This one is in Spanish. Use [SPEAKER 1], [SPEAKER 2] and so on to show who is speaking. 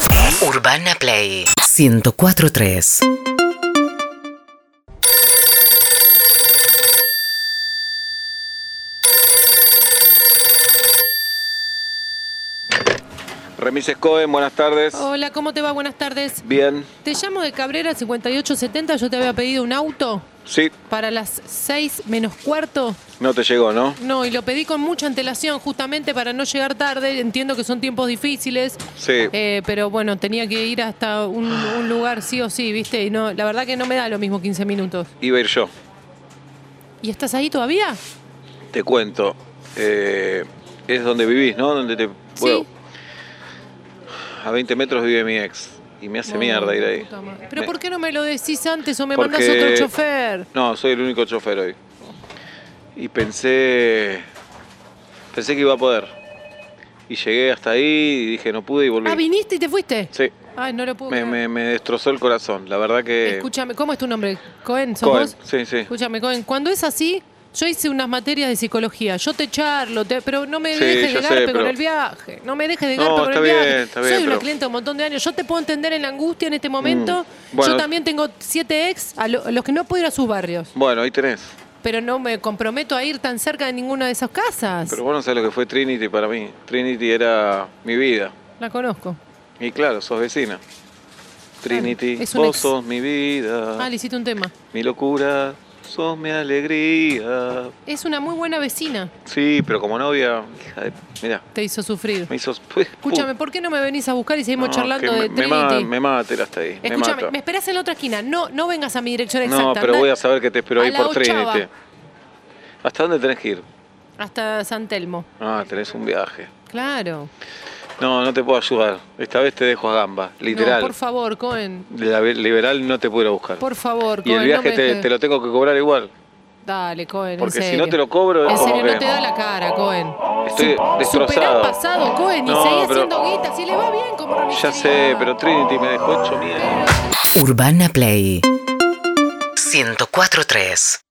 [SPEAKER 1] Play. Urbana Play 1043.
[SPEAKER 2] Remises Cohen, buenas tardes.
[SPEAKER 3] Hola, ¿cómo te va? Buenas tardes.
[SPEAKER 2] Bien,
[SPEAKER 3] Te llamo de Cabrera 5870. Yo te había pedido un auto
[SPEAKER 2] sí,
[SPEAKER 3] para las 6 menos cuarto.
[SPEAKER 2] no te llegó, ¿no?
[SPEAKER 3] No, y lo pedí con mucha antelación, justamente para no llegar tarde. Entiendo que son tiempos difíciles.
[SPEAKER 2] Sí.
[SPEAKER 3] Eh, pero bueno, tenía que ir hasta un, un lugar sí o sí, ¿viste? Y no, la verdad que no me da lo mismo 15 minutos.
[SPEAKER 2] Iba a ir yo.
[SPEAKER 3] ¿Y estás ahí todavía?
[SPEAKER 2] Te cuento. Eh, es donde vivís, ¿no? Donde te bueno, A 20 metros vive mi ex. Y me hace
[SPEAKER 3] No,
[SPEAKER 2] mierda ir ahí.
[SPEAKER 3] Oh, puta madre. Pero
[SPEAKER 2] Me-
[SPEAKER 3] ¿por qué no me lo decís antes o me
[SPEAKER 2] Porque-
[SPEAKER 3] mandas otro chofer?
[SPEAKER 2] No, soy el único chofer hoy.
[SPEAKER 3] Oh.
[SPEAKER 2] Y pensé. Pensé que iba a poder. Y llegué hasta ahí y dije, no pude y volví.
[SPEAKER 3] Ah, viniste y te fuiste.
[SPEAKER 2] sí.
[SPEAKER 3] Ay, no lo puedo.
[SPEAKER 2] Me,
[SPEAKER 3] creer.
[SPEAKER 2] me- me destrozó el corazón. La verdad que.
[SPEAKER 3] Escúchame, ¿cómo es tu nombre? ¿Cohen? ¿Sos
[SPEAKER 2] Cohen.
[SPEAKER 3] vos?
[SPEAKER 2] Sí, sí.
[SPEAKER 3] Escúchame, Cohen, cuando es así, yo hice unas materias de psicología. Yo te charlo, te- pero no me
[SPEAKER 2] Sí,
[SPEAKER 3] dejes
[SPEAKER 2] yo
[SPEAKER 3] de
[SPEAKER 2] sé,
[SPEAKER 3] garpe con
[SPEAKER 2] pero-
[SPEAKER 3] el viaje. No me dejes de
[SPEAKER 2] No,
[SPEAKER 3] garpe con
[SPEAKER 2] está
[SPEAKER 3] el
[SPEAKER 2] bien,
[SPEAKER 3] viaje.
[SPEAKER 2] está
[SPEAKER 3] Soy
[SPEAKER 2] bien,
[SPEAKER 3] una
[SPEAKER 2] pero-
[SPEAKER 3] cliente de un montón de años. Yo te puedo entender en la angustia en este momento.
[SPEAKER 2] Mm, bueno.
[SPEAKER 3] Yo también tengo siete ex a, lo- a los que no puedo ir a sus barrios.
[SPEAKER 2] Bueno, ahí tenés.
[SPEAKER 3] Pero no me comprometo a ir tan cerca de ninguna de esas casas.
[SPEAKER 2] Pero vos no sabés lo que fue Trinity para mí. Trinity era mi vida.
[SPEAKER 3] La conozco.
[SPEAKER 2] Y claro, sos vecina. Trinity,
[SPEAKER 3] es un
[SPEAKER 2] vos
[SPEAKER 3] ex.
[SPEAKER 2] sos mi vida,
[SPEAKER 3] Ah, le hiciste un tema.
[SPEAKER 2] mi locura, sos mi alegría.
[SPEAKER 3] Es una muy buena vecina.
[SPEAKER 2] Sí, pero como novia, hija de... Mirá,
[SPEAKER 3] Te hizo sufrir.
[SPEAKER 2] me hizo...
[SPEAKER 3] Escúchame, ¿por qué no me venís a buscar y seguimos
[SPEAKER 2] No,
[SPEAKER 3] charlando
[SPEAKER 2] que
[SPEAKER 3] de
[SPEAKER 2] me, me
[SPEAKER 3] Trinity?
[SPEAKER 2] ma- me mata, él hasta ahí. me
[SPEAKER 3] Escúchame,
[SPEAKER 2] mata.
[SPEAKER 3] me, esperás en la otra esquina. No, no vengas a mi dirección exacta.
[SPEAKER 2] No, pero
[SPEAKER 3] Andá
[SPEAKER 2] voy a saber que te espero
[SPEAKER 3] a
[SPEAKER 2] ahí
[SPEAKER 3] la
[SPEAKER 2] por
[SPEAKER 3] Ochava,
[SPEAKER 2] Trinity. ¿Hasta dónde tenés que ir?
[SPEAKER 3] Hasta San Telmo.
[SPEAKER 2] Ah, tenés un viaje.
[SPEAKER 3] Claro.
[SPEAKER 2] No, no te puedo ayudar. Esta vez te dejo a gamba, literal.
[SPEAKER 3] No, por favor, Cohen.
[SPEAKER 2] La ve- liberal no te puedo ir a buscar.
[SPEAKER 3] Por favor,
[SPEAKER 2] Y
[SPEAKER 3] Cohen.
[SPEAKER 2] el viaje
[SPEAKER 3] no me
[SPEAKER 2] te,
[SPEAKER 3] dejes.
[SPEAKER 2] te lo tengo que cobrar igual.
[SPEAKER 3] Dale, Cohen. en
[SPEAKER 2] Porque si
[SPEAKER 3] serio.
[SPEAKER 2] no te lo cobro, es
[SPEAKER 3] En
[SPEAKER 2] como
[SPEAKER 3] serio, no
[SPEAKER 2] que
[SPEAKER 3] te da la cara, Cohen.
[SPEAKER 2] estoy
[SPEAKER 3] Superá el
[SPEAKER 2] destrozado.
[SPEAKER 3] pasado, Cohen, y
[SPEAKER 2] No,
[SPEAKER 3] seguí
[SPEAKER 2] pero-
[SPEAKER 3] haciendo guita. Si le va bien, como
[SPEAKER 2] Ya
[SPEAKER 3] remisería.
[SPEAKER 2] sé, pero Trinity me dejó hecho mierda.
[SPEAKER 1] Urbana Play 1043.